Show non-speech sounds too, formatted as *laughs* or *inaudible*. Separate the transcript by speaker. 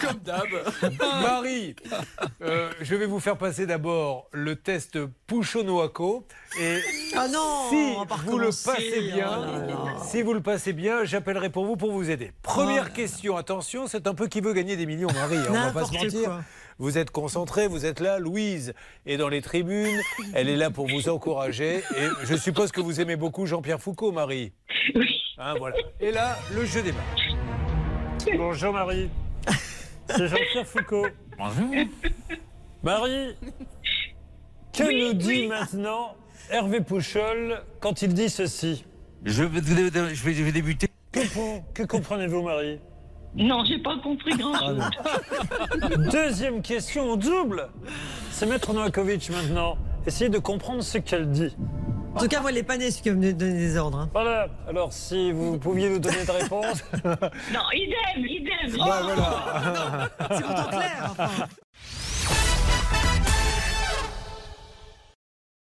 Speaker 1: Comme d'hab.
Speaker 2: *laughs* Marie, euh, je vais vous faire passer d'abord le test Pouchonoaco. Et
Speaker 3: Ah non,
Speaker 2: si
Speaker 3: on va
Speaker 2: vous le
Speaker 3: recommencer,
Speaker 2: passez bien,
Speaker 3: oh là là.
Speaker 2: si vous le passez bien, j'appellerai pour vous pour vous aider. Première question, attention, c'est un peu qui veut gagner des millions, Marie. hein, on va pas se
Speaker 3: N'importe
Speaker 2: mentir.
Speaker 3: quoi.
Speaker 2: Vous êtes concentré, vous êtes là. Louise est dans les tribunes. Elle est là pour vous encourager. Et je suppose que vous aimez beaucoup Jean-Pierre Foucault, Marie. Hein, voilà. Et là, le jeu démarre. Bonjour Marie. C'est Jean-Pierre Foucault. Bonjour. Marie, que nous dit maintenant Hervé Pouchol quand il dit ceci
Speaker 4: Je vais, je vais- je vais débuter.
Speaker 2: Que, pour- que comprenez-vous, Marie
Speaker 5: Non, j'ai pas compris grand chose.
Speaker 2: Deuxième question en double. C'est Maître Novakovic maintenant. Essayez de comprendre ce qu'elle dit.
Speaker 3: En tout cas, moi, les panés, ceux qui veulent me donner des ordres. hein.
Speaker 2: Voilà. Alors, si vous pouviez nous donner une réponse.
Speaker 5: non, idem, idem.
Speaker 2: voilà.
Speaker 3: C'est pourtant clair. enfin.